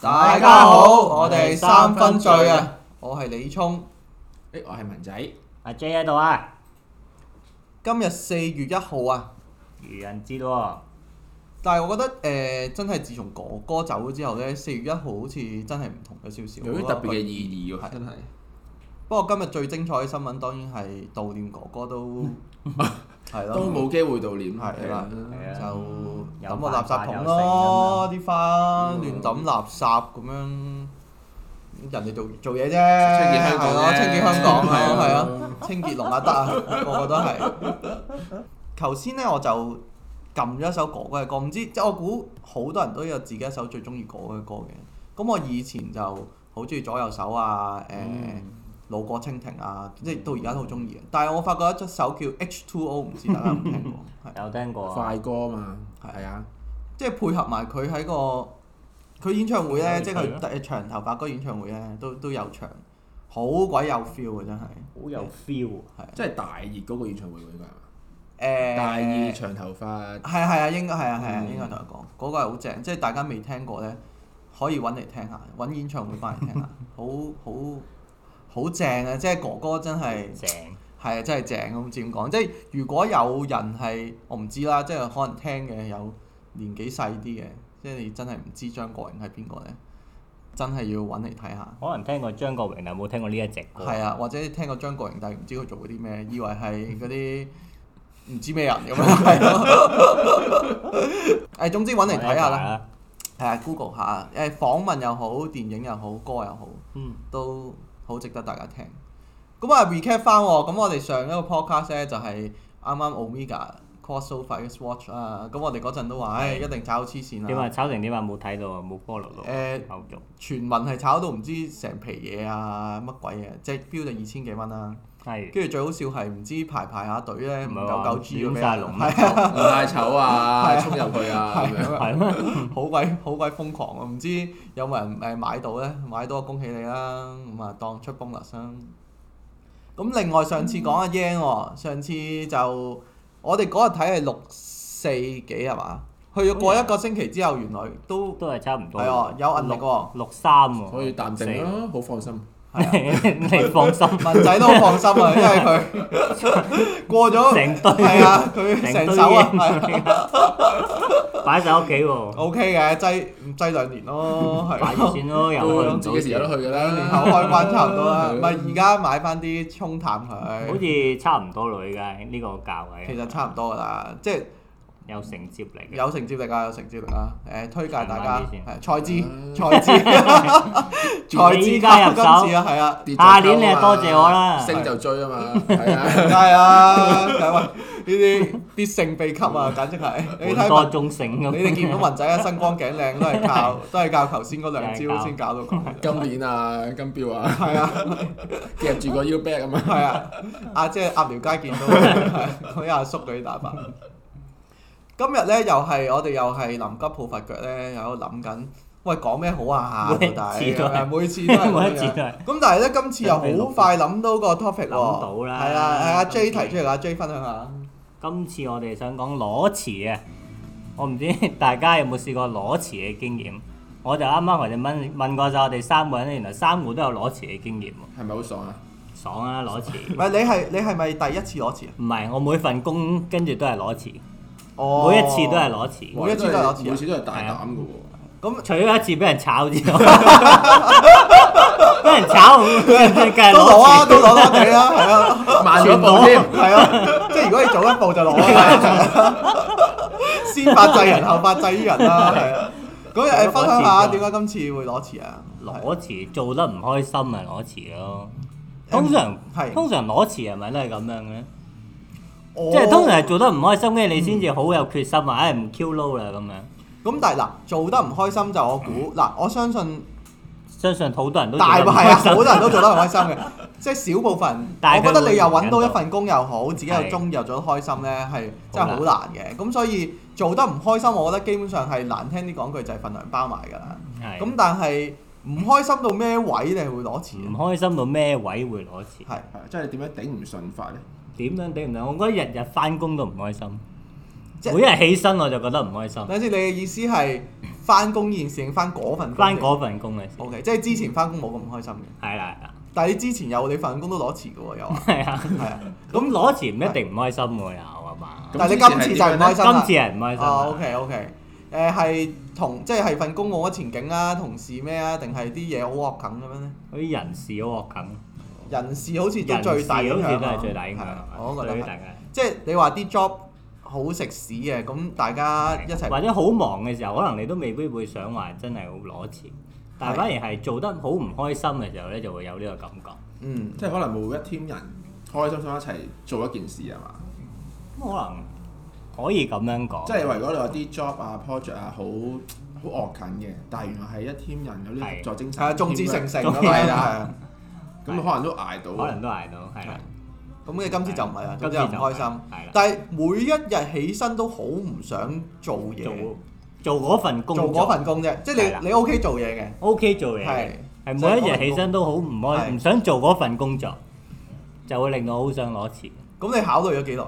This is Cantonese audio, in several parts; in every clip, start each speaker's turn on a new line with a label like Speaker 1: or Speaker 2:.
Speaker 1: 大家好，我哋三分醉啊！我係李聰，
Speaker 2: 誒，我係文仔，
Speaker 3: 阿 J 喺度啊，
Speaker 1: 今日四月一號啊，
Speaker 3: 愚人節喎，
Speaker 1: 但係我覺得誒、呃真係自從哥哥走咗之後呢，四月一號好似真係唔同咗少少。
Speaker 2: 有啲特別嘅意義
Speaker 1: 係
Speaker 2: 喎，真係。
Speaker 1: 不過今日最精彩嘅新聞當然係悼念哥哥 都係咯，
Speaker 2: 都冇機會悼念，
Speaker 1: 係啦
Speaker 3: 係啊
Speaker 1: 就
Speaker 3: 有
Speaker 1: 抌個垃圾桶
Speaker 3: 飯
Speaker 1: 咯，
Speaker 3: 飯
Speaker 1: 啲花
Speaker 2: 嗯
Speaker 1: 亂抌垃圾咁樣。人哋做做嘢啫，
Speaker 2: 清潔香港
Speaker 1: 係咯，清
Speaker 2: 啫
Speaker 1: 潔香港
Speaker 2: 係
Speaker 1: 係咯，
Speaker 2: 啊
Speaker 1: 係啊，清潔龍阿德啊，個個都係。頭先咧我就撳咗一首哥哥嘅歌，唔知即係我估好多人都有自己一首最中意哥哥嘅歌嘅。咁我以前就好中意左右手啊，誒、路過蜻蜓啊，即係到而家都好中意嘅。但係我發覺一首叫 H2O，唔知大家有冇聽 過？係
Speaker 3: 有聽過啊？
Speaker 2: 快歌嘛，係啊，
Speaker 1: 即係配合埋佢喺個佢演唱會咧，
Speaker 4: 嗯
Speaker 1: 即係佢第長頭髮嗰個演唱會咧，都都有唱，好鬼有 feel 嘅真係。
Speaker 3: 好有 feel 啊！
Speaker 2: 即係大熱嗰個演唱會啊喎，應該係嘛？
Speaker 1: 誒、
Speaker 2: 大熱長頭 髮，
Speaker 1: 係啊係啊，應該係啊係啊，
Speaker 2: 嗯
Speaker 1: 應該同佢講嗰個係好正，即係大家未聽過咧，可以揾嚟聽下，揾演唱會翻嚟聽下，好好好正啊！即係哥哥真係
Speaker 3: 正
Speaker 1: 係啊，真係正咁唔知點講。即係如果有人係我唔知啦，即係可能聽嘅有年紀細啲嘅，即係你真係唔知張國榮係邊個咧，真係要揾嚟睇下。
Speaker 3: 可能聽過張國榮，但啊冇聽過呢一隻歌。
Speaker 1: 係啊，或者聽過張國榮，但係唔知佢做過啲咩，以為係嗰啲唔知咩人 咁樣，係咯。 誒，總之揾嚟睇下啦，
Speaker 3: 啦。
Speaker 1: 係啊，Google 下，誒訪問又好，電影又好，歌又好，
Speaker 3: 嗯，
Speaker 1: 都好值得大家聽。咁啊，recap 翻喎，咁我哋上一個 podcast 咧就係啱啱 Omega crossover 嘅 Swatch 啊，咁我哋嗰陣都話，唉，一定炒到黐線
Speaker 3: 點啊？
Speaker 1: 啦，
Speaker 3: 炒成點啊？冇睇到啊，冇 follow 到。
Speaker 1: 嗯誒
Speaker 3: 後續
Speaker 1: 傳聞係炒到唔知成皮嘢啊，乜鬼嘢，隻錶就二千幾蚊啦。
Speaker 3: 係
Speaker 1: 跟住最好笑係唔知排排下隊咧，
Speaker 3: 唔
Speaker 1: 唔
Speaker 3: 係
Speaker 1: 夠
Speaker 3: 話
Speaker 1: 九 G 嘅咩？
Speaker 3: 亂晒 龍咩
Speaker 1: 係啊，
Speaker 2: 唔太醜啊，衝入去 啊咁樣。
Speaker 3: 係咩？
Speaker 1: 好鬼好鬼瘋狂啊！唔知有冇人誒買到咧？買到啊，恭喜你啦！咁啊，當出 bonus 啦。咁另外上次講阿 Yan 喎，上次就我哋嗰日睇係六四幾係嘛？去咗過一個星期之後，原來都
Speaker 3: 都係差唔多。
Speaker 1: 係啊喎有銀力喎
Speaker 3: 六六三喎。
Speaker 2: 可以淡 定啦，好放心。
Speaker 3: 六四。
Speaker 1: 啊
Speaker 3: 你放心，
Speaker 1: 文仔都好放心啊，因為佢 過咗
Speaker 3: 成堆
Speaker 1: 係啊，佢
Speaker 3: 成
Speaker 1: 成
Speaker 3: 堆
Speaker 1: 手啊，係啊
Speaker 3: 嘢擺晒屋企喎，
Speaker 1: O K 嘅，擠擠兩年咯，係
Speaker 3: 擺
Speaker 1: 咯
Speaker 3: 住 先咯，
Speaker 2: 都
Speaker 3: 又
Speaker 2: 唔
Speaker 3: 去
Speaker 2: 知
Speaker 3: 唔
Speaker 2: 幾
Speaker 3: 到
Speaker 2: 時有得去㗎啦。
Speaker 1: 年後開關差唔多啦，
Speaker 2: 係
Speaker 1: 唔
Speaker 2: 咯
Speaker 1: 係而家買翻啲沖淡
Speaker 3: 啊好
Speaker 1: 佢，
Speaker 3: 似差唔多女㗎呢個價位。
Speaker 1: 其實差唔多噶啦，即係
Speaker 3: 有承接力嘅。
Speaker 1: 有承接力啊，有承接力啊，誒推介大家
Speaker 3: 慢慢
Speaker 1: 係蔡志
Speaker 2: 嗯
Speaker 1: 蔡志 蔡志
Speaker 3: 依家入手
Speaker 1: 今次啊，係啊，
Speaker 2: 跌就
Speaker 3: 下年你
Speaker 2: 溝啊
Speaker 3: 係多謝我啦
Speaker 2: 升就追啊 嘛，係啊。
Speaker 1: 梗係啊，梗係喂呢啲必勝秘笈 啊，簡直係你
Speaker 3: 本
Speaker 1: 睇
Speaker 3: 多
Speaker 1: 文
Speaker 3: 中性咁。
Speaker 1: 你哋見到文仔啊，身光頸靚都係靠都係靠頭先嗰兩
Speaker 3: 都係
Speaker 1: 招
Speaker 3: 靠
Speaker 1: 先搞到咁，
Speaker 2: 金鏈啊，金錶啊，
Speaker 1: 係啊。
Speaker 2: 夾住個腰 b a g 啊嘛。
Speaker 1: 係啊，阿姐鴨寮街見到係 嗰啲阿叔嗰啲打扮。今日咧又係我哋又係臨急抱佛腳咧，又喺度諗緊，喂講咩好啊？
Speaker 3: 每
Speaker 1: 到底
Speaker 3: 次都係
Speaker 1: 每次都係咁樣
Speaker 3: 每一次都係
Speaker 1: 咁但係咧今次又好快諗到個 topic 喎，
Speaker 3: 諗到啦
Speaker 1: 係啊，係阿 J
Speaker 3: 今次
Speaker 1: 提出嚟，阿 J 分享下。
Speaker 3: 今次我哋想講裸辭啊！我唔知 大家有冇試過裸辭嘅經驗？我就啱啱我哋問問過晒我哋三個人咧，原來三個都有裸辭嘅經驗喎，
Speaker 2: 係咪好爽啊？
Speaker 3: 爽啊裸辭！
Speaker 1: 唔係你係你係咪第一次攞錢啊？
Speaker 3: 唔係我每份工 跟住都係裸辭，
Speaker 1: 哦
Speaker 3: 每一次都係裸辭，
Speaker 1: 每一次都係攞錢啊
Speaker 2: 每次都係大膽嘅喎。
Speaker 1: 咁
Speaker 3: 除咗一次俾人炒之後， 俾人炒咁梗係
Speaker 1: 都攞啊，
Speaker 3: 裸辭。
Speaker 1: 都攞攞地啦，係啊。
Speaker 2: 慢咗一步添，
Speaker 1: 係啊，即係如果你早一步就 攞啦，先發制人後發制於人 啦，係啊。咁誒分享下點解今次會攞錢啊？
Speaker 3: 裸辭做得唔開心咪裸辭咯。通常
Speaker 1: 係
Speaker 3: 通常裸辭係咪都係咁樣嘅咧？
Speaker 1: 我
Speaker 3: 即係通常係做得唔開心嘅，你先至好有決心話，唉唔 Q low 啦咁樣。
Speaker 1: 咁，但係嗱做得唔開心就我估嗱，我相信
Speaker 3: 相信好多人嗯都
Speaker 1: 大部
Speaker 3: 部
Speaker 1: 係啊，好 多人都做得唔開心嘅， 即係少部分人。
Speaker 3: 但
Speaker 1: 我
Speaker 3: 係佢
Speaker 1: 覺得你又
Speaker 3: 會
Speaker 1: 揾到一
Speaker 3: 忍到
Speaker 1: 份工又好，自己又
Speaker 3: 係
Speaker 1: 中意又做得開心咧，係真係好難嘅。咁所以做得唔開心，我覺得基本上係難聽啲講句就係份糧包埋㗎啦。
Speaker 3: 係
Speaker 1: 咁但係唔開心到咩位你係會攞錢
Speaker 3: 唔開心到咩位會攞錢？
Speaker 1: 係
Speaker 2: 係啊即係點樣頂唔順法咧？
Speaker 3: 點樣頂唔頂？我覺得日日翻工都唔開心，
Speaker 1: 即係
Speaker 3: 每日起身我就覺得唔開心。
Speaker 1: 等陣先，你嘅意思係翻工呢件事，定翻嗰份工嚟？
Speaker 3: 翻嗰份工嘅事，
Speaker 1: O K，即係之前翻工冇咁開心嘅，
Speaker 3: 係啦係啦，
Speaker 1: 但係你之前有你份工都攞辭嘅喎，有 啊，
Speaker 3: 係啊。
Speaker 1: 係啊。
Speaker 3: 咁攞錢唔一定唔開心喎，有啊嘛。
Speaker 2: 咁
Speaker 1: 但係你今次就唔開心
Speaker 3: 今
Speaker 1: 啦。
Speaker 3: 次係唔開心啊。
Speaker 1: 哦，OK OK，誒係同即係份工冇乜前景啊，同事咩啊，定係啲嘢好惡啃咁樣咧？
Speaker 3: 嗰啲人事好惡啃，
Speaker 1: 人事好似都
Speaker 3: 人
Speaker 1: 最
Speaker 3: 事
Speaker 1: 大
Speaker 3: 好似
Speaker 1: 影
Speaker 3: 都
Speaker 1: 響
Speaker 3: 係
Speaker 1: 啊
Speaker 3: 最大影響
Speaker 1: 係
Speaker 3: 啊
Speaker 1: 啊。我都覺
Speaker 3: 對於
Speaker 1: 得
Speaker 3: 大
Speaker 1: 係
Speaker 3: 家。
Speaker 1: 即係你話啲 job 好食屎嘅，咁大家一齊
Speaker 3: 或者好忙嘅時候，可能你都未必會想話真係好攞錢，但係
Speaker 1: 係
Speaker 3: 反而係做得好唔開心嘅時候咧，就會有呢個感覺。
Speaker 1: 嗯
Speaker 2: 即係可能冇一 team 人開心心一齊做一件事啊係嘛？
Speaker 3: 咁可能可以咁樣講，
Speaker 2: 即係如果你話啲 job 啊 project 啊好好惡近嘅，但係原來係一 team 人有啲合作精
Speaker 1: 係啊，
Speaker 2: 神，
Speaker 1: 眾志 成城咁
Speaker 3: 係啊
Speaker 1: 係啦，係啊。
Speaker 2: 咁可能都捱到。
Speaker 3: 可能都捱到，係啦。
Speaker 1: 咁你今次就唔係啊啦，
Speaker 3: 今
Speaker 1: 今
Speaker 3: 次
Speaker 1: 次
Speaker 3: 就
Speaker 1: 唔開心。
Speaker 3: 係啦，
Speaker 1: 但係每一日起身都好唔想做嘢，
Speaker 3: 做做嗰份工
Speaker 1: 做嗰份工啫，即
Speaker 3: 係
Speaker 1: 係
Speaker 3: 啦
Speaker 1: 你你 OK 做嘢嘅，
Speaker 3: O K 做嘢嘅
Speaker 1: 係，
Speaker 3: 係每一日起身都好唔開，
Speaker 1: 係
Speaker 3: 唔想做嗰份工作，就會令到好想攞錢。
Speaker 1: 咁你考慮咗幾耐？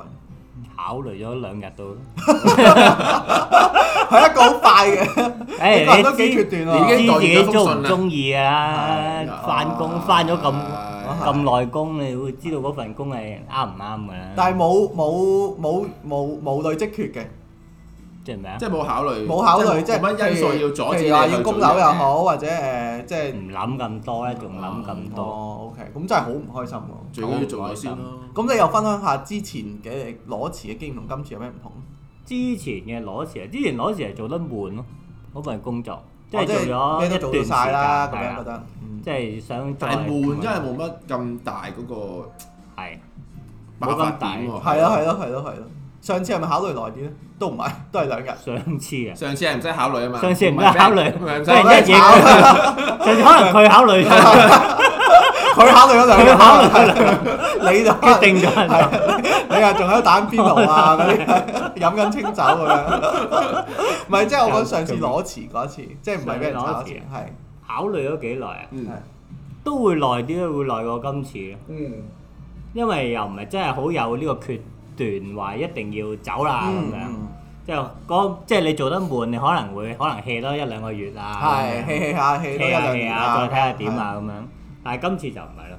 Speaker 3: 考慮咗兩日到。
Speaker 1: 係一個好快嘅，
Speaker 3: 誒，
Speaker 1: 個人都
Speaker 3: 你
Speaker 1: 幾
Speaker 3: 知
Speaker 1: 決斷
Speaker 3: 你
Speaker 1: 喎
Speaker 3: 知自己中唔中意啊？
Speaker 2: 係
Speaker 3: 翻工翻咗咁
Speaker 2: 係
Speaker 3: 咁耐工，你會知道嗰份工係啱唔啱㗎啦。
Speaker 1: 但係冇冇冇冇冇累積缺嘅，
Speaker 3: 即係咩啊
Speaker 2: 即？係冇考慮，
Speaker 1: 冇考慮即係
Speaker 2: 冇乜因素要阻止
Speaker 1: 譬
Speaker 2: 你
Speaker 1: 如話
Speaker 2: 去
Speaker 1: 要
Speaker 2: 做
Speaker 1: 供樓又
Speaker 2: 嘢
Speaker 1: 好，或者誒即係
Speaker 3: 唔諗咁多咧，仲諗咁多。
Speaker 1: 哦，OK，咁真係好唔開心喎。
Speaker 2: 最緊要做咗先咯。
Speaker 1: 咁你又分享下之前嘅攞錢嘅經驗同今次有咩唔同？
Speaker 3: 之前嘅攞時，之前攞時係做得悶咯，嗰份工作即係
Speaker 1: 哦
Speaker 3: 做咗
Speaker 1: 咩
Speaker 3: 一
Speaker 1: 都做到
Speaker 3: 段時間
Speaker 1: 晒啦，咁樣
Speaker 3: 係
Speaker 1: 覺
Speaker 3: 啦
Speaker 1: 得。嗯
Speaker 3: 即係想再
Speaker 2: 但係悶真係冇乜咁大嗰個
Speaker 3: 係
Speaker 2: 爆發點
Speaker 1: 係
Speaker 2: 喎。
Speaker 1: 咯係咯係咯係咯。上次係咪考慮耐啲咧？都唔係，都係兩日。
Speaker 3: 上次啊，
Speaker 2: 上次係唔使考慮啊嘛，
Speaker 3: 上次唔
Speaker 2: 唔
Speaker 3: 使
Speaker 2: 係俾
Speaker 3: 考慮，
Speaker 2: 唔係唔
Speaker 3: 俾人
Speaker 2: 使。
Speaker 3: 一嘢佢，上次可能佢考慮咗，
Speaker 1: 佢考慮咗兩日，
Speaker 3: 佢考慮
Speaker 1: 你就
Speaker 3: 決定咗係啦
Speaker 1: 係 你又仲喺度打緊邊爐啊嗰啲，飲緊清酒咁樣。唔係，即係我講上次攞詞嗰一次，即係唔係俾人炒
Speaker 3: 上
Speaker 1: 一
Speaker 3: 次
Speaker 1: 次
Speaker 3: 攞，啊
Speaker 1: 係
Speaker 3: 考慮咗幾耐啊？
Speaker 2: 嗯
Speaker 1: 係
Speaker 3: 都會耐啲咯，會耐過今次咯，
Speaker 1: 嗯
Speaker 3: 因為又唔係真係好有呢個決斷話一定要走
Speaker 1: Ừ,
Speaker 3: 啦啊咁樣。
Speaker 1: 嗯，
Speaker 3: 即係嗰即係你做得悶，你可能會可能 hea 多一兩個月啊，
Speaker 1: 係氣氣下氣多一
Speaker 3: hea 下
Speaker 1: 兩
Speaker 3: hea
Speaker 1: 年
Speaker 3: 下，再睇下點。啊咁樣。但係今次就唔係咯，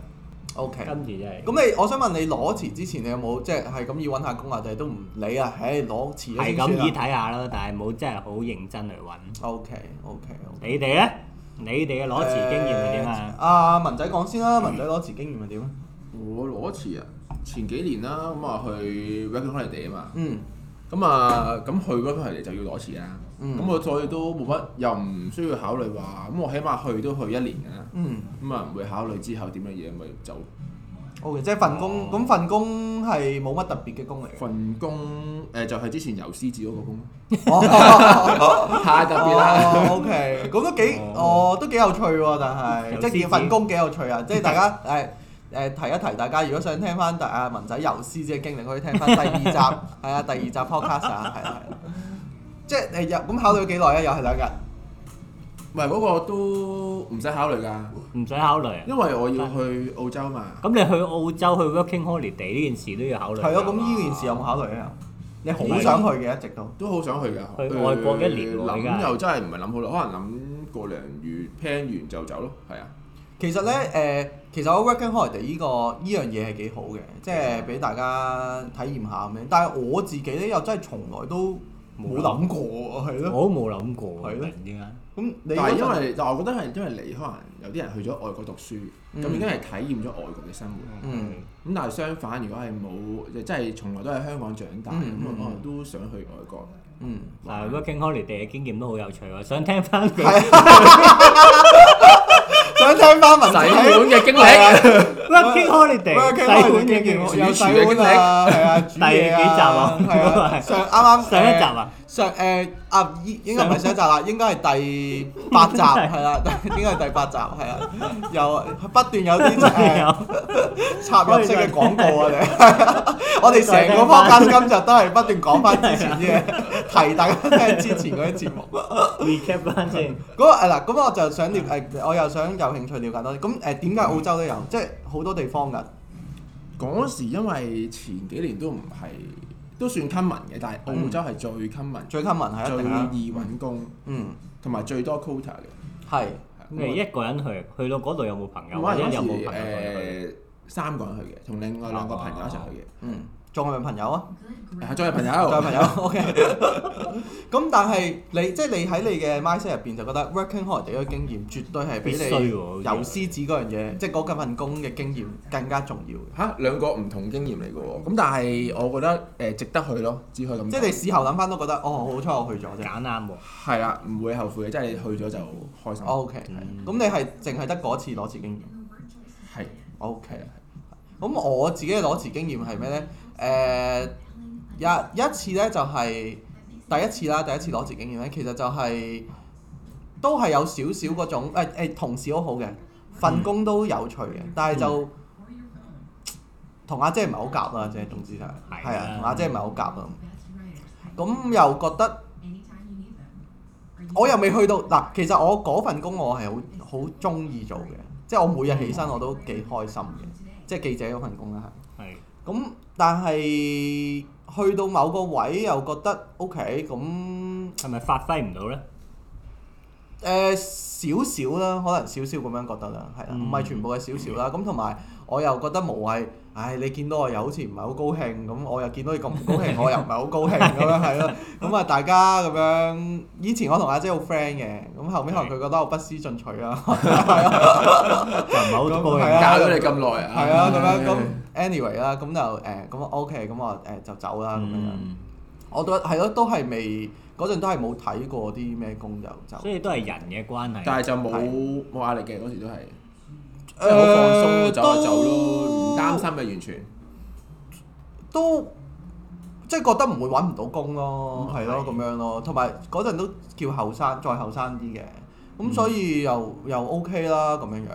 Speaker 1: O K。
Speaker 3: 今次真係
Speaker 1: 咁你我想問你攞詞之前，你有冇即係係咁要揾下工啊？定係都唔理啊？唉，攞詞咗
Speaker 3: 係
Speaker 1: 先
Speaker 3: 咁
Speaker 1: 算啊
Speaker 3: 意
Speaker 1: 啦。
Speaker 3: 睇下咯，但係冇真係好認真嚟揾。
Speaker 1: O K O K O K。
Speaker 3: 你哋咧，你哋嘅攞詞經驗係點啊？嗯
Speaker 1: 誒阿文仔講先啦，文仔攞詞經驗係點啊？
Speaker 2: 我攞次啊，前幾年啦，咁啊去 working holiday 啊嘛，
Speaker 1: 嗯
Speaker 2: 咁啊咁去 working holiday 就要攞次啦。
Speaker 1: 嗯
Speaker 2: 咁我再都冇乜，又唔需要考慮話，咁我起碼去都去一年㗎啦，
Speaker 1: 嗯
Speaker 2: 咁啊唔會考慮之後點嘅嘢，咪走。
Speaker 1: ，OK，即係份
Speaker 3: 哦
Speaker 1: 工，咁份工係冇乜特別嘅工嚟嘅。
Speaker 2: 份工誒就係之前游獅子嗰個 工，
Speaker 1: 哦
Speaker 2: 太特別啦。
Speaker 1: ，OK，咁都幾，哦，都幾有趣喎，但係即係份工幾有趣啊！即係大家 誒誒提一提大家，如果想聽翻大阿文仔遊師姐嘅經歷，可以聽翻第二集，係啊，第二集 podcast 啊，係啊，係啊即係誒入咁考慮咗幾耐啊？又係兩日，
Speaker 2: 唔係嗰個都唔使考慮㗎，
Speaker 3: 唔使考慮啊。
Speaker 2: 因為我要去澳洲嘛。
Speaker 3: 咁你去澳洲去 working holiday 呢件事都要考慮。
Speaker 1: 係咯，咁呢件事有冇考慮啊？你好想去嘅，一直都。
Speaker 2: 都好想去㗎，
Speaker 3: 去外國一年喎
Speaker 2: 呃
Speaker 3: 依家
Speaker 2: 諗又真係唔係諗好耐，可能諗個兩月 plan 完就走咯，係啊，
Speaker 1: 其實咧，誒、其實我 working holiday 呢、個呢樣嘢係幾好嘅，即係俾大家體驗下咁樣。但係我自己咧又真係從來都冇諗過喎，係咯。
Speaker 3: 我都冇諗過喎。
Speaker 1: 係
Speaker 3: 突
Speaker 1: 咯
Speaker 3: 然之間，
Speaker 1: 咁你
Speaker 2: 但係因
Speaker 1: 嗰陣
Speaker 2: 為，但係我覺得係因為你可能有啲人去咗外國讀書，咁
Speaker 1: 嗯
Speaker 2: 已經係體驗咗外國嘅生活。
Speaker 1: 嗯
Speaker 2: 咁但係相反，如果係冇，即係從來都喺香港長大，咁
Speaker 1: 嗯
Speaker 2: 我
Speaker 1: 嗯
Speaker 2: 可能都想去外國。
Speaker 1: 嗯，
Speaker 3: 但係 working holiday 嘅經驗都好有趣喎，想聽翻佢。
Speaker 1: 想聽翻文
Speaker 2: 洗
Speaker 1: 仔
Speaker 2: 碗嘅經
Speaker 1: 係啊
Speaker 2: 歷，
Speaker 3: working holiday，
Speaker 1: working
Speaker 3: 洗碗
Speaker 1: holiday
Speaker 3: 嘅
Speaker 1: 經
Speaker 3: 經
Speaker 1: 驗，
Speaker 3: 驗。
Speaker 1: 有洗碗啊，係啊，煮嘢
Speaker 3: 第幾集啊
Speaker 1: 係啊，上啱啱
Speaker 3: 上一集
Speaker 1: 誒
Speaker 3: 啊，
Speaker 1: 上誒啊，應應該唔係上一集啦，應該係第八集係啦，應該係第八集係啦，有不斷有啲誒插入式嘅廣告啊！你 我哋成個 podcast 今日都係不斷講翻之前啲嘢，提大家聽之前嗰啲節目。
Speaker 3: recap 翻先。
Speaker 1: 嗰個誒嗱，咁我就想了誒，我又想有興趣了解多啲。咁誒點解澳洲都有？即係好多地方㗎。
Speaker 2: 嗰時因為前幾年都唔係都算 common 嘅，但係澳洲係最 common、
Speaker 1: 嗯最 common 係一定啦
Speaker 2: 最。易揾工，
Speaker 1: 嗯，
Speaker 2: 同埋最多 quota 嘅。
Speaker 1: 係
Speaker 3: 你一個人去，去到嗰度有冇朋友，
Speaker 2: 我
Speaker 3: 或
Speaker 2: 係
Speaker 3: 者
Speaker 2: 嗰
Speaker 3: 有冇朋
Speaker 2: 時
Speaker 3: 友去？
Speaker 2: 誒三個人去嘅，同另外兩個朋友一齊去嘅。
Speaker 1: 嗯，仲係咪朋友啊？
Speaker 2: 係再有朋友，
Speaker 1: 仲係朋友 OK。咁但係你即係你喺你嘅 mindset 入邊就覺得 working holiday 嘅經驗絕對係比
Speaker 3: 必須
Speaker 1: 你
Speaker 3: 喎
Speaker 1: 遊獅子嗰樣嘢，即係嗰份工嘅經驗更加重要嘅。
Speaker 2: 嚇兩個唔同經驗嚟嘅喎。咁但係我覺得誒值得去咯，只可以咁講。
Speaker 1: 即係你事後諗翻都覺得，哦，好彩我去咗啫。
Speaker 3: 揀啱喎，
Speaker 2: 係啦，唔會後悔嘅，即係你去咗就開心。
Speaker 1: O K，咁你係淨係得嗰次攞次經驗。
Speaker 2: 係
Speaker 1: O K，咁我自己嘅攞次經驗係咩呢？誒、有有一次呢，就係、第一次啦，第一次攞次經驗呢，其實就係、都係有少少嗰種誒、誒同事好好嘅，份工都有趣嘅，但係就同阿姐唔係好夾啦，即係總之就係
Speaker 3: 係
Speaker 1: 係啊
Speaker 3: 啊，
Speaker 1: 同阿姐唔係好夾啊。咁又覺得我又未去到嗱，其實我嗰份工我係好好中意做嘅，即係我每日起身我都幾開心嘅，即係記者嗰份工啦
Speaker 3: 係
Speaker 1: 係。咁但係去到某個位又覺得 OK，咁
Speaker 3: 係咪發揮唔到咧？
Speaker 1: 呃誒少少啦，可能少少咁樣覺得啦，係啦，唔係
Speaker 3: 嗯
Speaker 1: 全部係少少啦。咁同埋我又覺得無謂，唉，你見到我又好似唔係好高興，咁我又見到你咁唔高興，我又唔係好高興咁樣係 咯。咁啊，大家咁樣，以前我同阿姐好 friend 嘅，咁後面可能佢覺得我不思進取啊啦，
Speaker 3: 就唔係好高
Speaker 1: 咁係
Speaker 3: 興。
Speaker 1: 啊
Speaker 2: 搞咗你咁耐啊！
Speaker 1: 係
Speaker 3: 嗯
Speaker 1: 啊，咁樣咁 anyway 啦，咁就誒咁 OK，咁我誒就走啦咁樣。
Speaker 3: 嗯，
Speaker 1: 我都係咯，都係未嗰陣都係冇睇過啲咩工就走
Speaker 3: 所。以都係人嘅關係。
Speaker 2: 但係就冇冇壓力嘅嗰時都係，即係好放鬆
Speaker 1: 誒
Speaker 2: 走就走咯，唔擔心嘅完全。
Speaker 1: 都即係覺得唔會揾唔到工咯，
Speaker 2: 嗯
Speaker 1: 係咯
Speaker 2: 係
Speaker 1: 咁樣咯，同埋嗰陣都叫後生，再後生啲嘅，
Speaker 2: 嗯
Speaker 1: 咁所以又又 OK 啦咁樣樣。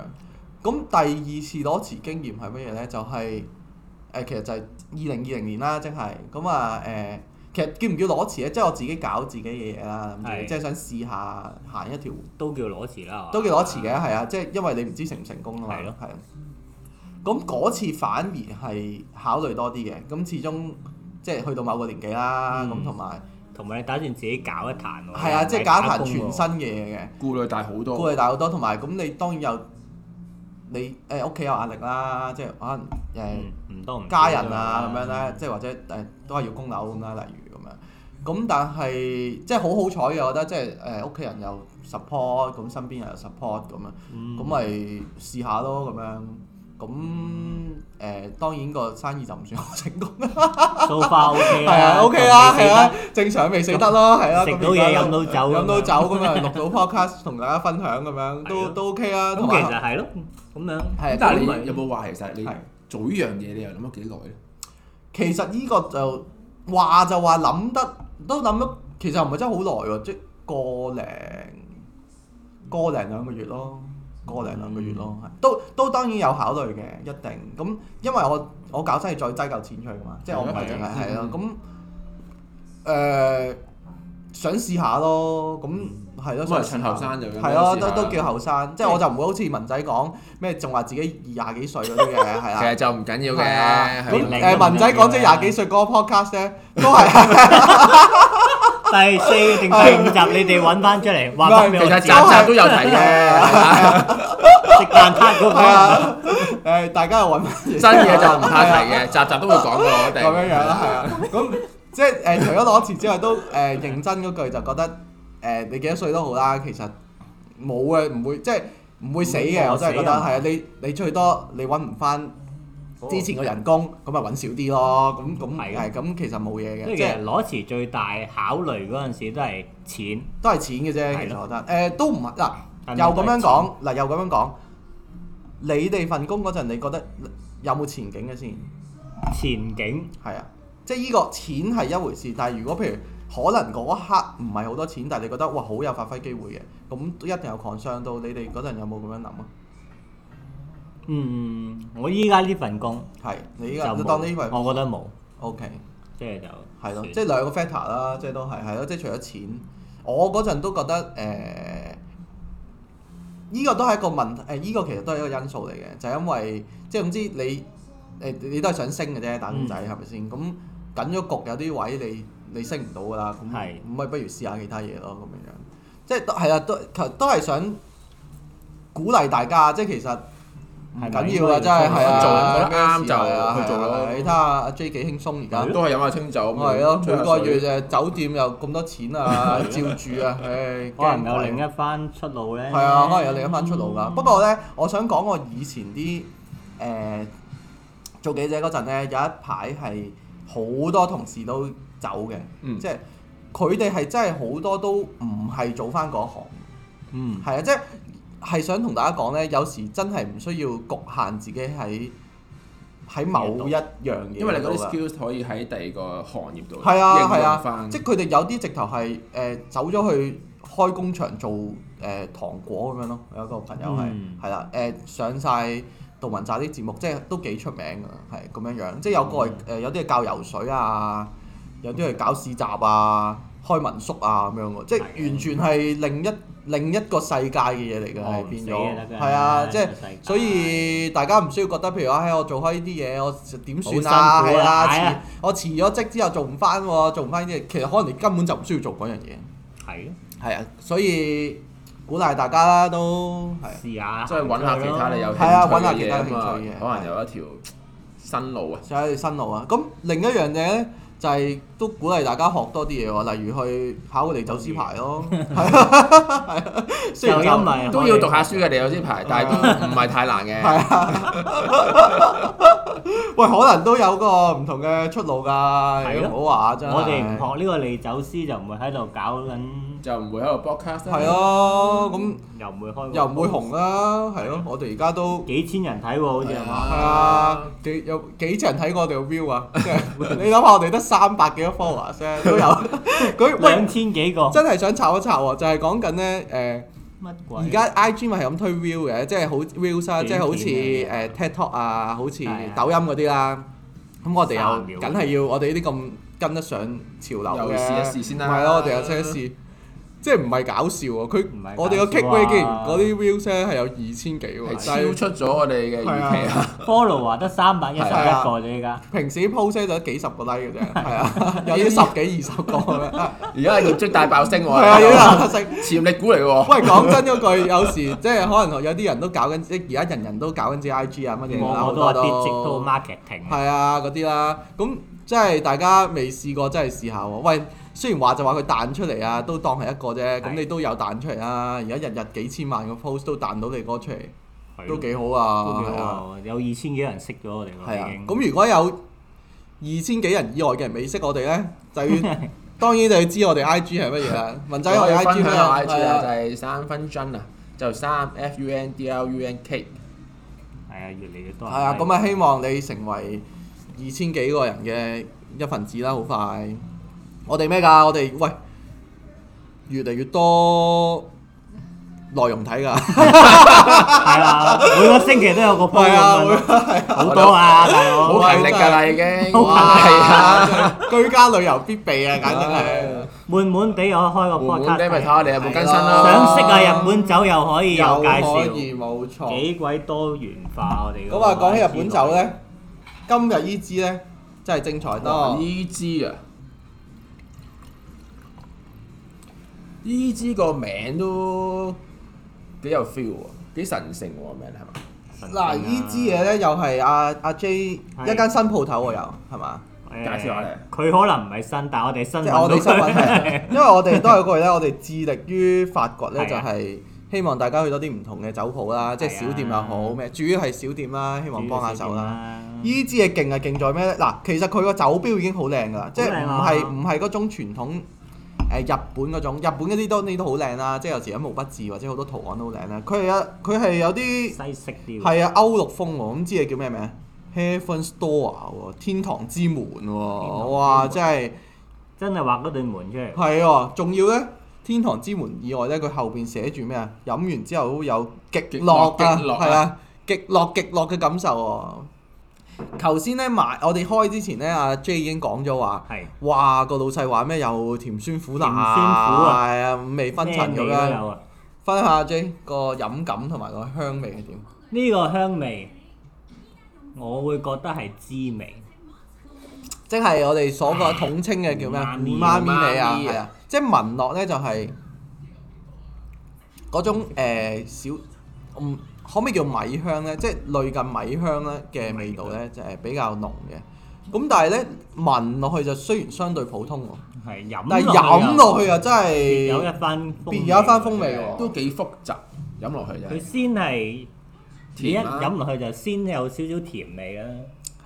Speaker 1: 咁第二次攞辭經驗係乜嘢呢？就係、誒，其實就係二零二零年啦，即係咁啊誒，其實叫唔叫攞辭呢？即係我自己搞自己嘅嘢啦，諗住
Speaker 3: 係
Speaker 1: 即係想試下行一條
Speaker 3: 都叫攞詞啦，係嘛
Speaker 1: 都叫攞詞嘅，係啊，即係因為你唔知成唔成功啊嘛，
Speaker 3: 係
Speaker 1: 係
Speaker 3: 咯
Speaker 1: 啊。咁嗰次反而係考慮多啲嘅，咁始終即係去到某個年紀啦，
Speaker 3: 嗯
Speaker 1: 咁同埋
Speaker 3: 同埋你打算自己搞一壇喎。
Speaker 1: 係啊，即係
Speaker 3: 唔
Speaker 1: 搞一
Speaker 3: 打
Speaker 1: 壇
Speaker 3: 工
Speaker 1: 全新
Speaker 3: 喎哦
Speaker 1: 嘅嘢嘅，
Speaker 2: 顧慮大好多。
Speaker 1: 高你大好多，同埋咁你當然有你誒屋企有壓力啦，即係可能誒。
Speaker 3: 嗯唔多唔少
Speaker 1: 家人啊咁樣咧，即係或者誒都係要供樓咁啦，例如咁樣。咁但係即係好好彩嘅，我覺得即係誒屋企人又 support，咁身邊人又 support 咁樣，
Speaker 3: 嗯
Speaker 1: 咁咪試下咯咁樣。咁誒、當然個生意就唔算好成功啦，
Speaker 3: ，so far OK 啦，
Speaker 1: 係啊 OK 啦，
Speaker 3: 仲
Speaker 1: 係啊正
Speaker 3: 未死得，
Speaker 1: 常未死得咯，係啊，
Speaker 3: 食
Speaker 1: 咁
Speaker 3: 到
Speaker 1: 而
Speaker 3: 嘢
Speaker 1: 家
Speaker 3: 飲到酒，
Speaker 1: 飲到酒。咁啊，錄到 podcast 同大家分享咁樣，
Speaker 3: 係
Speaker 1: 都
Speaker 3: 咯
Speaker 1: 都 OK 啊，同
Speaker 3: 咁其
Speaker 1: 埋
Speaker 3: 實係咯，咁
Speaker 1: 係
Speaker 3: 樣
Speaker 1: 啊
Speaker 2: 但係
Speaker 1: 咁咪
Speaker 2: 你有冇話其實你
Speaker 1: 係
Speaker 2: 做呢樣嘢你又諗咗幾耐咧？
Speaker 1: 其實呢個就話就話諗得都諗得，其實唔係真係好耐喎，即係個零個零兩個月咯，個零兩個月咯，
Speaker 2: 嗯
Speaker 1: 係都都當然有考慮嘅，一定咁，因為我我搞真係再擠嚿錢出去噶嘛，即係我唔係淨係係
Speaker 2: 啊
Speaker 1: 咯，咁誒、
Speaker 2: 嗯
Speaker 1: 想試下咯，咁係咯，
Speaker 2: 咁
Speaker 1: 想
Speaker 2: 啊
Speaker 1: 試下
Speaker 2: 趁後生就咁樣
Speaker 1: 係咯，
Speaker 2: 試
Speaker 1: 都
Speaker 2: 下
Speaker 1: 都叫後生，即係我就唔會好似文仔講咩，仲話自己二廿幾歲嗰啲嘅，係啊
Speaker 2: 其。實就唔緊要
Speaker 1: 係啊，咁
Speaker 2: 嘅，係
Speaker 3: 年齡
Speaker 2: 啦
Speaker 1: 誒
Speaker 3: 都唔
Speaker 1: 文仔
Speaker 3: 緊要
Speaker 1: 講即係
Speaker 3: 啦
Speaker 1: 廿幾歲嗰個 podcast 咧，都 係
Speaker 3: 第四定第五集你哋揾翻出嚟，話翻
Speaker 2: 其
Speaker 3: 俾我
Speaker 2: 實集
Speaker 3: 知。
Speaker 2: 集都有睇嘅，
Speaker 3: 食蛋撻
Speaker 1: 係
Speaker 3: 嗰個
Speaker 1: 啊，誒大家又揾 翻
Speaker 2: 真嘢就唔怕提嘅，集集都會講嘅，我一定。
Speaker 1: 咁樣樣啦，係啊，咁即係誒除咗攞錢之外，都誒認真嗰句就覺得誒你幾多歲都好啦，其實冇嘅，唔會即係唔會死嘅，
Speaker 3: 冇
Speaker 1: 我真係覺得
Speaker 3: 死啊
Speaker 1: 係啊，你你最多你揾唔翻之前個人工，咁咪揾少啲咯，咁咁
Speaker 3: 係啊
Speaker 1: 係咁其實冇嘢
Speaker 3: 即
Speaker 1: 嘅，即
Speaker 3: 係其
Speaker 1: 係
Speaker 3: 實攞詞最大考慮嗰陣時都係錢，
Speaker 1: 都係錢嘅啫，
Speaker 3: 係
Speaker 1: 其實
Speaker 3: 咯
Speaker 1: 我覺得誒都唔係嗱。
Speaker 3: 但係
Speaker 1: 又咁樣
Speaker 3: 錢
Speaker 1: 講，嗱又咁樣講，你哋份工嗰陣，你覺得有冇前景嘅先？
Speaker 3: 前景
Speaker 1: 係啊，即係呢個錢係一回事，但係如果譬如可能嗰一刻唔係好多錢，但係你覺得哇好有發揮機會嘅，咁都一定有 concern 到你哋嗰陣有冇咁樣諗啊？
Speaker 3: 嗯，我依家呢份工
Speaker 1: 係你依
Speaker 3: 就
Speaker 1: 家
Speaker 3: 冇
Speaker 1: 當呢份
Speaker 3: 我覺得冇，
Speaker 1: OK
Speaker 3: 即係就
Speaker 1: 係咯，
Speaker 3: 算
Speaker 1: 即係兩個 factor 啦，即係都係係咯，即係除咗錢，我嗰陣都覺得誒。呃呢個都係一個問題，誒、呢個其實都係一個因素嚟嘅，就係、因為即係總之你誒、你都係想升嘅啫，打工仔係咪先？咁緊咗局，有啲位你你升唔到㗎啦，咁
Speaker 3: 係
Speaker 1: 咁咪不如試下其他嘢咯，咁樣樣，即係都係啦，都其實都係想鼓勵大家，即係其實唔
Speaker 3: 係咪
Speaker 1: 緊要啊，
Speaker 3: 應該要
Speaker 1: 真係係啊，
Speaker 2: 做覺得啱就
Speaker 1: 咩事啊
Speaker 2: 去做咯
Speaker 1: 係啊你睇下阿 J 幾輕鬆而家。
Speaker 2: 都係飲下清酒咁樣
Speaker 1: 係咯，
Speaker 2: 吹
Speaker 1: 每
Speaker 2: 下
Speaker 1: 個
Speaker 2: 水
Speaker 1: 月就酒店又咁多錢啊，照住啊，唉，
Speaker 3: 可能
Speaker 1: 驚
Speaker 3: 有另
Speaker 1: 鬼
Speaker 3: 一嗯番出路咧。
Speaker 1: 係啊，可能有另一番出路㗎。不過咧，我想講我以前啲誒、呃做記者嗰陣咧，有一排係好多同事都走嘅，
Speaker 2: 嗯
Speaker 1: 即係佢哋係真係好多都唔係做翻嗰行，
Speaker 3: 嗯，
Speaker 1: 係啊，即係係想同大家講咧，有時真係唔需要局限自己喺喺某一樣嘢，
Speaker 2: 因為你嗰啲。skills 可以喺第二個行業度
Speaker 1: 係啊係
Speaker 2: 應用
Speaker 1: 啊，
Speaker 2: 翻，
Speaker 1: 即係佢哋有啲直頭係誒走咗去開工場做誒、呃糖果咁樣咯。有一個朋友係
Speaker 3: 嗯
Speaker 1: 係啦誒上晒杜汶澤啲節目，即係都幾出名㗎，係咁樣樣。即係有個係
Speaker 3: 嗯
Speaker 1: 誒、呃有啲係教游水啊，有啲係搞市集啊、開民宿啊咁樣喎，即係
Speaker 3: 係
Speaker 1: 完全係另一另一個世界嘅嘢嚟㗎，係、
Speaker 3: 哦
Speaker 1: 變
Speaker 3: 唔死
Speaker 1: 咗
Speaker 3: 就得㗎
Speaker 1: 係啊，即係
Speaker 3: 呢個世界
Speaker 1: 所以大家唔需要覺得譬如話，哎唉，我做開呢啲嘢，我點算啊？
Speaker 3: 好
Speaker 1: 係
Speaker 3: 辛苦啊
Speaker 1: 啦，
Speaker 3: 係
Speaker 1: 遲
Speaker 3: 啊
Speaker 1: 我辭咗職之後做唔翻喎，做唔翻呢啲嘢，其實可能你根本就唔需要做嗰樣嘢。
Speaker 3: 係啊，
Speaker 1: 係啊，所以鼓勵大家啦，都係啊
Speaker 3: 試下，
Speaker 2: 即係揾下其他你有興
Speaker 1: 係啊揾下
Speaker 2: 趣
Speaker 1: 其
Speaker 2: 嘅
Speaker 1: 他
Speaker 2: 嘢咁啊
Speaker 1: 興趣嘅
Speaker 2: 可能有一條新路啊。
Speaker 1: 想去新路啊。咁另一樣嘢咧，就係都鼓勵大家學多啲嘢喎，例如去考個離酒師牌咯。係啊，係啊，雖然
Speaker 3: 就因為
Speaker 2: 都要讀下書嘅，你有啲牌，但係都唔係太難嘅。
Speaker 1: 係喂，可能都有個唔同嘅出路㗎，
Speaker 3: 係
Speaker 1: 你
Speaker 3: 咯
Speaker 1: 唔好話真係。
Speaker 3: 我哋唔學呢個利酒師就唔會喺度搞緊，
Speaker 2: 就唔會喺度 broadcast 啦
Speaker 1: 係，咯，咁。
Speaker 3: 又唔會開，
Speaker 1: 又唔會，紅啦，係咯，我哋而家都
Speaker 3: 幾千人睇喎，好似係
Speaker 1: 係
Speaker 3: 嘛？
Speaker 1: 啊，幾有幾多人睇過我哋嘅 view 啊？即係你諗下，我哋得三百幾個 follower 啫，都有。佢
Speaker 3: 兩
Speaker 1: 喂，
Speaker 3: 千幾個，
Speaker 1: 真係想炒一炒喎，就係講緊咧
Speaker 3: 乜
Speaker 1: 誒，
Speaker 3: 鬼？
Speaker 1: 而家 IG 咪係咁推 view 嘅，即係好 views 啊，
Speaker 3: 短片
Speaker 1: 即係好似
Speaker 3: 啊
Speaker 1: 誒 TikTok 啊，好似
Speaker 3: 係啊
Speaker 1: 抖音嗰啲啦。咁我哋
Speaker 3: 三秒
Speaker 1: 又梗係要我哋呢啲咁跟得上潮流
Speaker 2: 又
Speaker 1: 嘅，
Speaker 2: 試一試先啦
Speaker 1: 唔係咯，我哋有車試。即係唔係搞笑喎？佢
Speaker 3: 唔係搞笑啊
Speaker 1: 我哋個 kick rate 竟然嗰啲 views 咧係有二千幾喎，就係
Speaker 2: 係超出咗我哋嘅預期啊！
Speaker 3: follow 話得三百一十一
Speaker 1: 係啊
Speaker 3: 個啫，依家
Speaker 1: 平時 post 咧就得幾十個 like 嘅 啫，係啊，有啲十幾二十個咁樣，係
Speaker 2: 而家係業績大爆升
Speaker 1: 啊，有
Speaker 2: 喎，
Speaker 1: 啲特性。
Speaker 2: 潛力股嚟喎。
Speaker 1: 喂，講真嗰句，有時即係可能有啲人都搞緊，即係而家人人都搞緊自己 IG 啊乜嘢啦，
Speaker 3: 我
Speaker 1: 好
Speaker 3: 我都話
Speaker 1: 多
Speaker 3: digital
Speaker 1: 都
Speaker 3: marketing，
Speaker 1: 係啊嗰啲啦。咁即係大家未試過，真係試下喎。喂，雖然話就話佢彈出嚟啊，都當係一個啫。咁
Speaker 3: 係
Speaker 1: 你都有彈出嚟啊！而家日日幾千萬個 post 都彈到你歌出嚟，
Speaker 3: 係
Speaker 1: 都
Speaker 3: 咯
Speaker 1: 幾好啊，
Speaker 3: 都幾
Speaker 1: 係啊。
Speaker 3: 好喎，有二千幾人識咗我哋
Speaker 1: 係啊
Speaker 3: 喎已，經。
Speaker 1: 咁如果有二千幾人以外嘅人未識我哋呢，就要 當然就要知我哋 I G 係乜嘢啦。文仔我
Speaker 2: 可
Speaker 1: 哋
Speaker 2: 以
Speaker 1: I G
Speaker 2: 分享
Speaker 1: 咩
Speaker 2: 下
Speaker 1: 啊？
Speaker 2: IG
Speaker 1: 係
Speaker 2: 啊，就
Speaker 1: 啊
Speaker 2: 係三分鐘啊，就三 F U N D L U N K。
Speaker 3: 係啊，越嚟越多
Speaker 1: 係
Speaker 3: 人睇。
Speaker 1: 啊，咁啊希望你成為二千幾個人嘅一份子啦，好快。我哋咩㗎？我哋喂越嚟越多內容睇㗎，
Speaker 3: 係啊，每個星期都有個 p
Speaker 1: 係啊，會
Speaker 3: o 好多啊，大佬。
Speaker 2: 好勤力㗎啦，已經。
Speaker 1: 哇
Speaker 2: 係啊，
Speaker 1: 居家旅遊必備啊，簡直係。
Speaker 3: 悶悶地我開個
Speaker 2: 換換
Speaker 3: podcast，
Speaker 2: 啲咪睇下你有冇更
Speaker 1: 係
Speaker 2: 新啦。
Speaker 3: 想識啊日本酒又可以 有
Speaker 1: 又
Speaker 3: 介
Speaker 1: 可以
Speaker 3: 紹，
Speaker 1: 冇錯。
Speaker 3: 幾鬼多元化我哋嗰個
Speaker 1: 咁啊，講起日本酒咧，今日依支咧真係精彩
Speaker 2: 哇
Speaker 1: 多。
Speaker 2: 呢支啊，呢支個名都幾有 feel 喎，幾神聖喎個名係嘛？
Speaker 3: 神聖啊，
Speaker 1: 嗱，依支嘢咧又係阿阿 J 一間新鋪頭喎，又係嘛？
Speaker 3: 誒
Speaker 2: 介紹下嚟
Speaker 3: 佢可能唔係新，但係我哋新
Speaker 1: 即係我哋新
Speaker 3: 聞到
Speaker 1: 聞係
Speaker 3: 佢，
Speaker 1: 因為我哋都有句咧，我哋致力於發掘咧，
Speaker 3: 係
Speaker 1: 就
Speaker 3: 啊
Speaker 1: 係希望大家去多啲唔同嘅酒鋪啦，即係
Speaker 3: 係啊
Speaker 1: 小店又好咩，主要係小店啦，希望幫下手啦。呢支嘢勁係勁在咩咧？嗱，其實佢個酒標已經好靚㗎啦，即係唔
Speaker 3: 好靚
Speaker 1: 係
Speaker 3: 啊
Speaker 1: 唔係嗰種傳統誒、呃日本嗰種，日本嗰啲當然都好靚啦，即係有時有毛筆字或者好多圖案都好靚啦。佢係有佢係有啲
Speaker 3: 西式啲喎，
Speaker 1: 係啊歐陸風喎，咁知你叫咩名啊？Heaven's Door 喎，天堂之門
Speaker 3: 堂
Speaker 1: 喎，
Speaker 3: 之
Speaker 1: 哇！
Speaker 3: 門
Speaker 1: 真係
Speaker 3: 真係畫嗰對門出嚟，
Speaker 1: 係喎，仲要咧天堂之門以外咧，佢後邊寫住咩啊？飲完之後有極樂啊，
Speaker 2: 極樂
Speaker 1: 係啊，極樂極樂嘅感受喎。頭先咧買我哋開之前咧，阿 J 已經講咗話，
Speaker 3: 係
Speaker 1: 哇個老細話咩又甜酸苦辣，
Speaker 3: 甜酸苦啊
Speaker 1: 係啊五味紛
Speaker 3: 咩
Speaker 1: 陳咁
Speaker 3: 味都有
Speaker 1: 樣。
Speaker 3: 啊。
Speaker 1: 分下 J 個飲感同埋個香味係點？
Speaker 3: 呢個香味，我會覺得係滋味，
Speaker 1: 即即係我哋所講統稱嘅叫咩啊？
Speaker 2: 五
Speaker 1: 五媽
Speaker 2: 媽咪
Speaker 1: 咪你啊，
Speaker 2: 五媽咪啊
Speaker 1: 係啊，即係文樂咧就係嗰種誒小，嗯，可唔可以叫米香咧？即係類近米香咧嘅味道咧，就係比較濃嘅。咁但係咧聞落去就雖然相對普通喎，
Speaker 3: 係飲
Speaker 1: 但係
Speaker 3: 落
Speaker 1: 飲
Speaker 3: 去
Speaker 1: 落去啊真
Speaker 3: 又有
Speaker 1: 係
Speaker 3: 一番風
Speaker 1: 別有一番風味
Speaker 2: 誒都
Speaker 1: 喎。
Speaker 2: 幾複雜，飲落去就
Speaker 3: 佢
Speaker 2: 係
Speaker 3: 先係你一
Speaker 2: 甜啦
Speaker 3: 飲落去就先有少少甜味啦，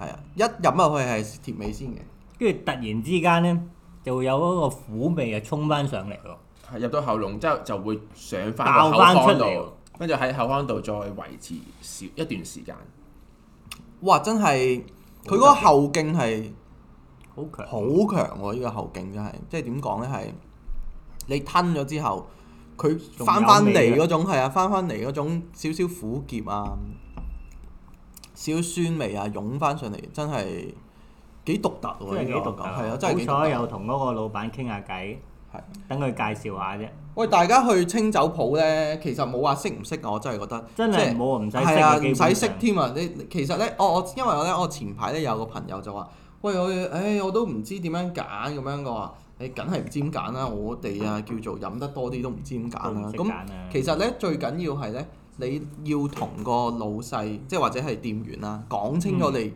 Speaker 1: 係啊，一飲落去係甜味先嘅。
Speaker 3: 跟住突然之間咧就會有嗰個苦味啊衝翻上嚟喎。
Speaker 2: 係入到喉嚨之後就會上翻
Speaker 3: 爆
Speaker 2: 個口
Speaker 3: 返
Speaker 2: 腔
Speaker 3: 出嚟喎
Speaker 2: 度，跟住喺口腔度再維持少一段時間。
Speaker 1: 哇！真係佢嗰個後勁係〜
Speaker 3: 好強，
Speaker 1: 好啊強喎！呢、個後勁真係，即係點講呢？係你吞咗之後，佢翻翻嚟嗰種係啊，翻翻嚟嗰種少少苦澀啊，少少酸味啊，湧翻上嚟，真係幾獨特喎！
Speaker 3: 真係幾
Speaker 1: 呢個
Speaker 3: 獨
Speaker 1: 感覺
Speaker 3: 特。
Speaker 1: 係啊，真係幾
Speaker 3: 好
Speaker 1: 獨
Speaker 3: 彩
Speaker 1: 特。
Speaker 3: 又同嗰個老闆傾下偈，
Speaker 1: 係
Speaker 3: 等佢介紹下啫。
Speaker 1: 喂，大家去清酒鋪呢，其實冇話識唔識啊我真係覺得
Speaker 3: 真係
Speaker 1: 即係
Speaker 3: 冇唔使識嘅
Speaker 1: 係啊，
Speaker 3: 基本
Speaker 1: 唔
Speaker 3: 上
Speaker 1: 使識添啊！你其實呢，我我因為我呢，我前排呢有個朋友就話：，喂，我誒、唉我都唔知點樣揀咁樣嘅話，你梗係唔知點揀啦！我哋啊叫做飲得多啲都唔知點揀
Speaker 3: 都唔
Speaker 1: 啦。
Speaker 3: 識揀
Speaker 1: 咁
Speaker 3: 啊
Speaker 1: 其實呢，最緊要係呢，你要同個老細，即係或者係店員啦，講清
Speaker 3: 嗯
Speaker 1: 楚你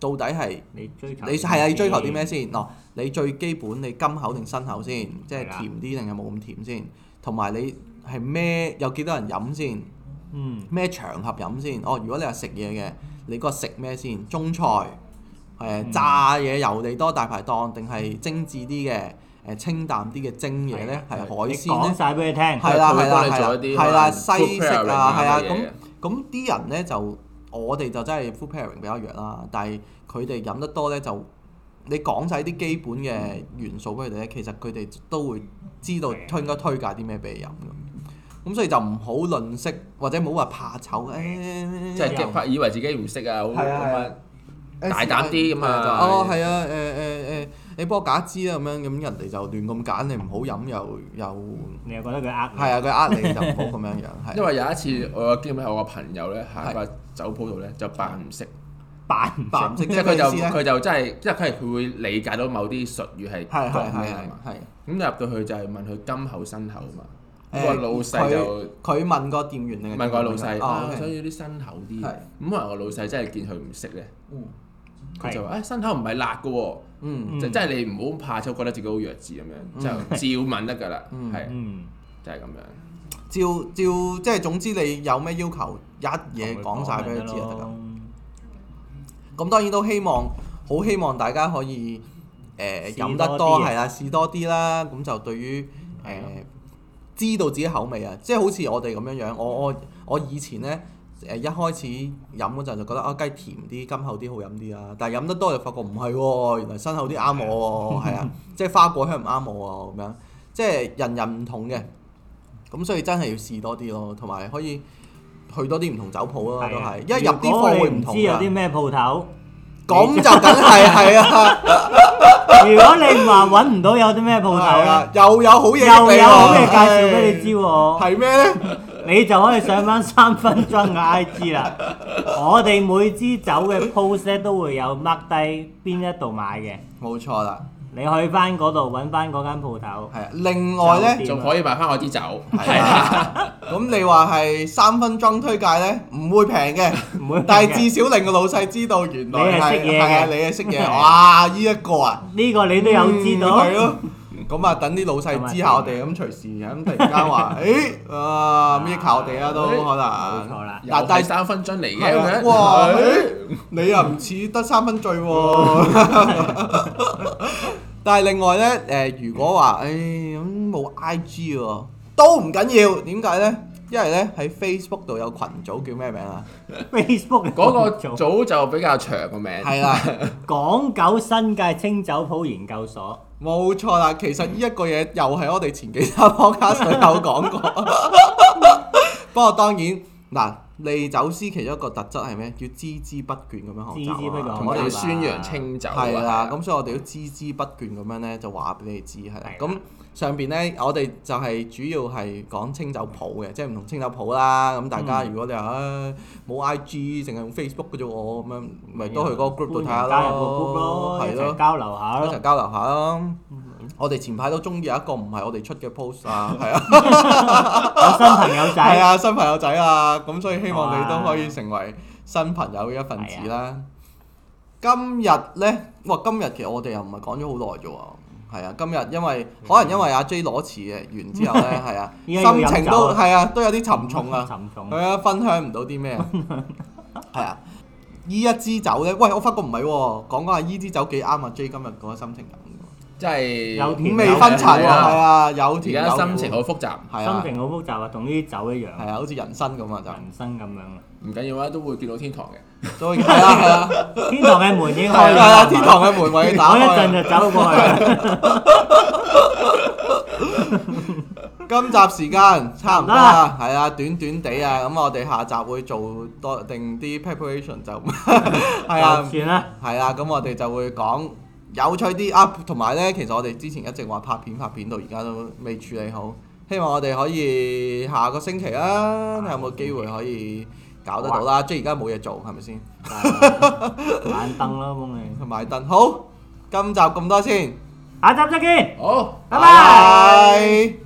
Speaker 1: 到底係。
Speaker 3: 你追求
Speaker 1: 你係啊，你追求啲咩？先？嗱，你最基本你甘口定辛口先，即係
Speaker 3: 係啦
Speaker 1: 甜啲定係冇咁甜先，同埋你係咩有幾多人飲先，
Speaker 3: 嗯，
Speaker 1: 咩場合飲先？哦，如果你係食嘢嘅，你嗰日食咩先？中菜，誒、
Speaker 3: 嗯
Speaker 1: 炸嘢油膩多大排檔定係精緻啲嘅，誒、清淡啲嘅蒸嘢咧，係海
Speaker 3: 你
Speaker 1: 鮮
Speaker 3: 講
Speaker 1: 咧，
Speaker 3: 晒俾佢聽。
Speaker 1: 係啦
Speaker 2: 佢會
Speaker 1: 係啦
Speaker 2: 幫你
Speaker 1: 係啦
Speaker 2: 做一啲
Speaker 1: 係啦
Speaker 2: 可能
Speaker 1: 西
Speaker 2: food
Speaker 1: 式
Speaker 2: pairing
Speaker 1: 啊係啊
Speaker 2: 嘅
Speaker 1: 咁
Speaker 2: 嘢。
Speaker 1: 咁啲人咧就我哋就真係 food pairing 比較弱啦，但係佢哋飲得多咧就你講晒啲基本嘅元素俾佢哋咧，其實佢哋都會知道
Speaker 3: 係啊
Speaker 1: 推應該推介啲咩俾你飲咁。咁所以就唔好吝嗇，或者唔好話怕醜，誒
Speaker 2: 即係激發以為自己唔識啊，好
Speaker 1: 係啊係啊
Speaker 2: 咁啊大膽啲咁啊
Speaker 1: 就哦係啊誒誒誒，你幫我揀支啊咁樣，咁人哋就亂咁揀，你唔好飲又又
Speaker 3: 你又覺得佢呃你？
Speaker 1: 係啊，佢呃你就唔好咁樣樣，係啊
Speaker 2: 因為有一次我經歷我個朋友咧喺個酒鋪度咧就扮唔識，
Speaker 3: 扮唔
Speaker 1: 白唔
Speaker 3: 識
Speaker 1: 識
Speaker 2: 即
Speaker 1: 即係
Speaker 2: 係
Speaker 1: 佢
Speaker 2: 佢就
Speaker 1: 就
Speaker 2: 佢就真係，因為佢係佢會理解到某啲術語係
Speaker 1: 係係
Speaker 2: 講
Speaker 1: 係
Speaker 2: 咩啊嘛。
Speaker 1: 係。
Speaker 2: 咁入到去就係問佢金口新口嘛，咁啊
Speaker 1: 誒
Speaker 2: 個老細就
Speaker 1: 佢佢問個店員定係
Speaker 2: 問個老細，
Speaker 1: 哦
Speaker 2: 啊，我想
Speaker 1: OK
Speaker 2: 要啲新口啲。
Speaker 1: 係
Speaker 2: 咁可能個老細真係見佢唔識咧，
Speaker 1: 嗯
Speaker 2: 佢就話：誒新口唔係辣嘅喎。
Speaker 1: 嗯
Speaker 3: 嗯
Speaker 2: 就真係你唔好怕醜，覺得自己好弱智咁樣，就照問得㗎啦，
Speaker 1: 嗯
Speaker 2: 係
Speaker 3: 嗯，
Speaker 2: 就係咁樣。
Speaker 1: 照照即係總之你有咩要求，一嘢講晒俾佢知就得啦。咁當然都希望，好希望大家可以誒
Speaker 3: 試
Speaker 1: 飲得
Speaker 3: 多
Speaker 1: 多
Speaker 3: 啲嘢啊
Speaker 1: 係啦，試多啲啦。咁就對於誒
Speaker 3: 係咯
Speaker 1: 知道自己口味啊，即係好似我哋咁樣樣，我我我以前呢。誒一開始飲嗰陣就覺得啊，梗係甜啲、甘口啲好飲啲啦。但係飲得多就發覺唔係喎，原來辛口啲啱我 喎，係啊，即係花果香唔啱我喎咁樣。即係人人唔同嘅，咁所以真係要試多啲咯，同埋可以去多啲唔同酒鋪咯，
Speaker 3: à.
Speaker 1: 都係，因為入啲貨會唔同
Speaker 3: 啊如果你知有啲
Speaker 1: 㗎。
Speaker 3: 咩鋪頭，
Speaker 1: 咁就梗係係啊，
Speaker 3: 如果你話揾唔到有啲咩鋪頭
Speaker 1: 係
Speaker 3: 咧
Speaker 1: 啊，，又有好嘢
Speaker 3: 又
Speaker 1: 俾
Speaker 3: 有好
Speaker 1: 我
Speaker 3: 嘅介紹俾你知喎，
Speaker 1: 係咩咧？
Speaker 3: 你就可以上翻三分鐘嘅 IG 啦。我哋每支酒嘅 post 咧都會有 mark 低邊一度買嘅，
Speaker 1: 冇錯啦，
Speaker 3: 你去翻嗰度揾翻嗰間鋪頭，
Speaker 1: 係啊。另外咧，
Speaker 3: 酒
Speaker 2: 仲可以買翻我支酒，
Speaker 1: 係啊，咁你話係三分鐘推介咧，唔會平嘅。
Speaker 3: 唔會
Speaker 1: 但係
Speaker 3: 平嘅
Speaker 1: 至少令個老細知道原來
Speaker 3: 你係識嘢嘅
Speaker 1: 係啊，你係識 嘢，哇！呢一個啊，
Speaker 3: 呢個你都有知道
Speaker 1: 嗯係，咯。咁啊，等啲老細知下我哋咁隨時咁突然間 話，誒啊咩靠我哋啊都可
Speaker 3: 冇
Speaker 1: 能。
Speaker 3: 錯啦。
Speaker 2: 又
Speaker 1: 但係
Speaker 2: 係三分樽嚟嘅
Speaker 1: 係啊
Speaker 2: 咁樣。
Speaker 1: 哇！
Speaker 2: 係
Speaker 1: 誒你又唔似得三分醉喎。 但係另外咧，誒如果話誒咁冇 I G 喎，都唔緊要。點解咧？因為咧喺 Facebook 度有群組叫咩名啊？
Speaker 3: Facebook
Speaker 2: 嗰個組就比較長個名，
Speaker 1: 係啊啦。
Speaker 3: 港九新界清酒鋪研究所，
Speaker 1: 冇錯啦，其實呢一個嘢又係 我哋前幾集 podcast 都有講過。不過當然嗱，利酒師其中一個特質係咩？叫孜孜不倦咁樣學習啊
Speaker 3: 孜孜不倦
Speaker 1: 同
Speaker 2: 同
Speaker 1: 我
Speaker 2: 我
Speaker 1: 哋
Speaker 2: 哋宣揚清酒
Speaker 3: 啊
Speaker 2: 啊
Speaker 1: 係啦，咁所以我哋都孜孜不倦咁樣咧，就話俾你知係啦
Speaker 3: 係啦。
Speaker 1: 咁上邊咧，我哋就係主要係講清酒鋪嘅，即係唔同清酒鋪啦。咁大家
Speaker 3: 嗯
Speaker 1: 如果你話唉冇 I G，淨係用 Facebook 嘅啫喎，咁樣咪都去嗰個 group 度睇下
Speaker 3: 啊加入個 group
Speaker 1: 咯，
Speaker 3: 咯，一
Speaker 1: 係
Speaker 3: 齊
Speaker 1: 咯，
Speaker 3: 交流下
Speaker 1: 一齊
Speaker 3: 咯。嗯
Speaker 1: 交流下咯。我哋前排都中意有一個唔係我哋出嘅 post 啊，係啊。
Speaker 3: 我新朋友
Speaker 1: 係
Speaker 3: 仔，
Speaker 1: 啊，新朋友仔啊，咁所以希望你都可以成為新朋友嘅一份子啦。啊今日呢，哇！今日其實我哋又唔係講咗好耐啫喎。係啊，今日因為可能因為阿 J 攞詞嘅完之後呢， 係啊，
Speaker 3: 依家要
Speaker 1: 心
Speaker 3: 飲
Speaker 1: 情
Speaker 3: 酒
Speaker 1: 都
Speaker 3: 啊
Speaker 1: 係啊，都有啲沉重啊。
Speaker 3: 沉重
Speaker 1: 係。啊，分享唔到啲 咩啊？係啊，依一支酒呢，喂，我發覺唔係喎，講講下依支酒幾啱啊 J 今日嗰個心情飲
Speaker 2: 即係
Speaker 3: 有
Speaker 1: 嘅喎，
Speaker 3: 甜
Speaker 1: 五
Speaker 3: 有
Speaker 1: 味分
Speaker 3: 苦
Speaker 1: 層喎，
Speaker 2: 啊
Speaker 1: 係啊，有
Speaker 2: 而
Speaker 1: 甜有
Speaker 2: 家
Speaker 1: 苦
Speaker 2: 心情好複雜，
Speaker 1: 係
Speaker 3: 心
Speaker 1: 啊，
Speaker 3: 情好複雜啊，同呢啲酒一樣，
Speaker 1: 係啊，好似人生咁啊就。
Speaker 3: 人生咁樣啊。
Speaker 2: 唔緊要啊，都會見到天堂嘅。
Speaker 1: 都係啦，係啦，
Speaker 3: 天堂嘅門已經開
Speaker 1: 係啦，
Speaker 3: 咗，
Speaker 1: 天堂嘅門為你打
Speaker 3: 我一
Speaker 1: 開啦。
Speaker 3: 陣
Speaker 1: 啊
Speaker 3: 就走過去啦，
Speaker 1: 今集時間差唔多啦，係啊，短短地啊，咁我哋下集會做多定啲 preparation 就 係啊
Speaker 3: 就，算 啦，
Speaker 1: 係啦，咁我哋就會講有趣啲啊，同埋呢，其實我哋之前一直話拍片拍片到而家都未處理好，希望我哋可以下個星期啦，睇有冇機會可以搞得到
Speaker 3: 啊
Speaker 1: 啦？即係而家冇嘢做係咪先？
Speaker 3: 眼燈咯，幫你。
Speaker 1: 去買燈好，今集咁多先，
Speaker 3: 下集再見，
Speaker 2: 好。
Speaker 3: 拜拜。
Speaker 1: 拜拜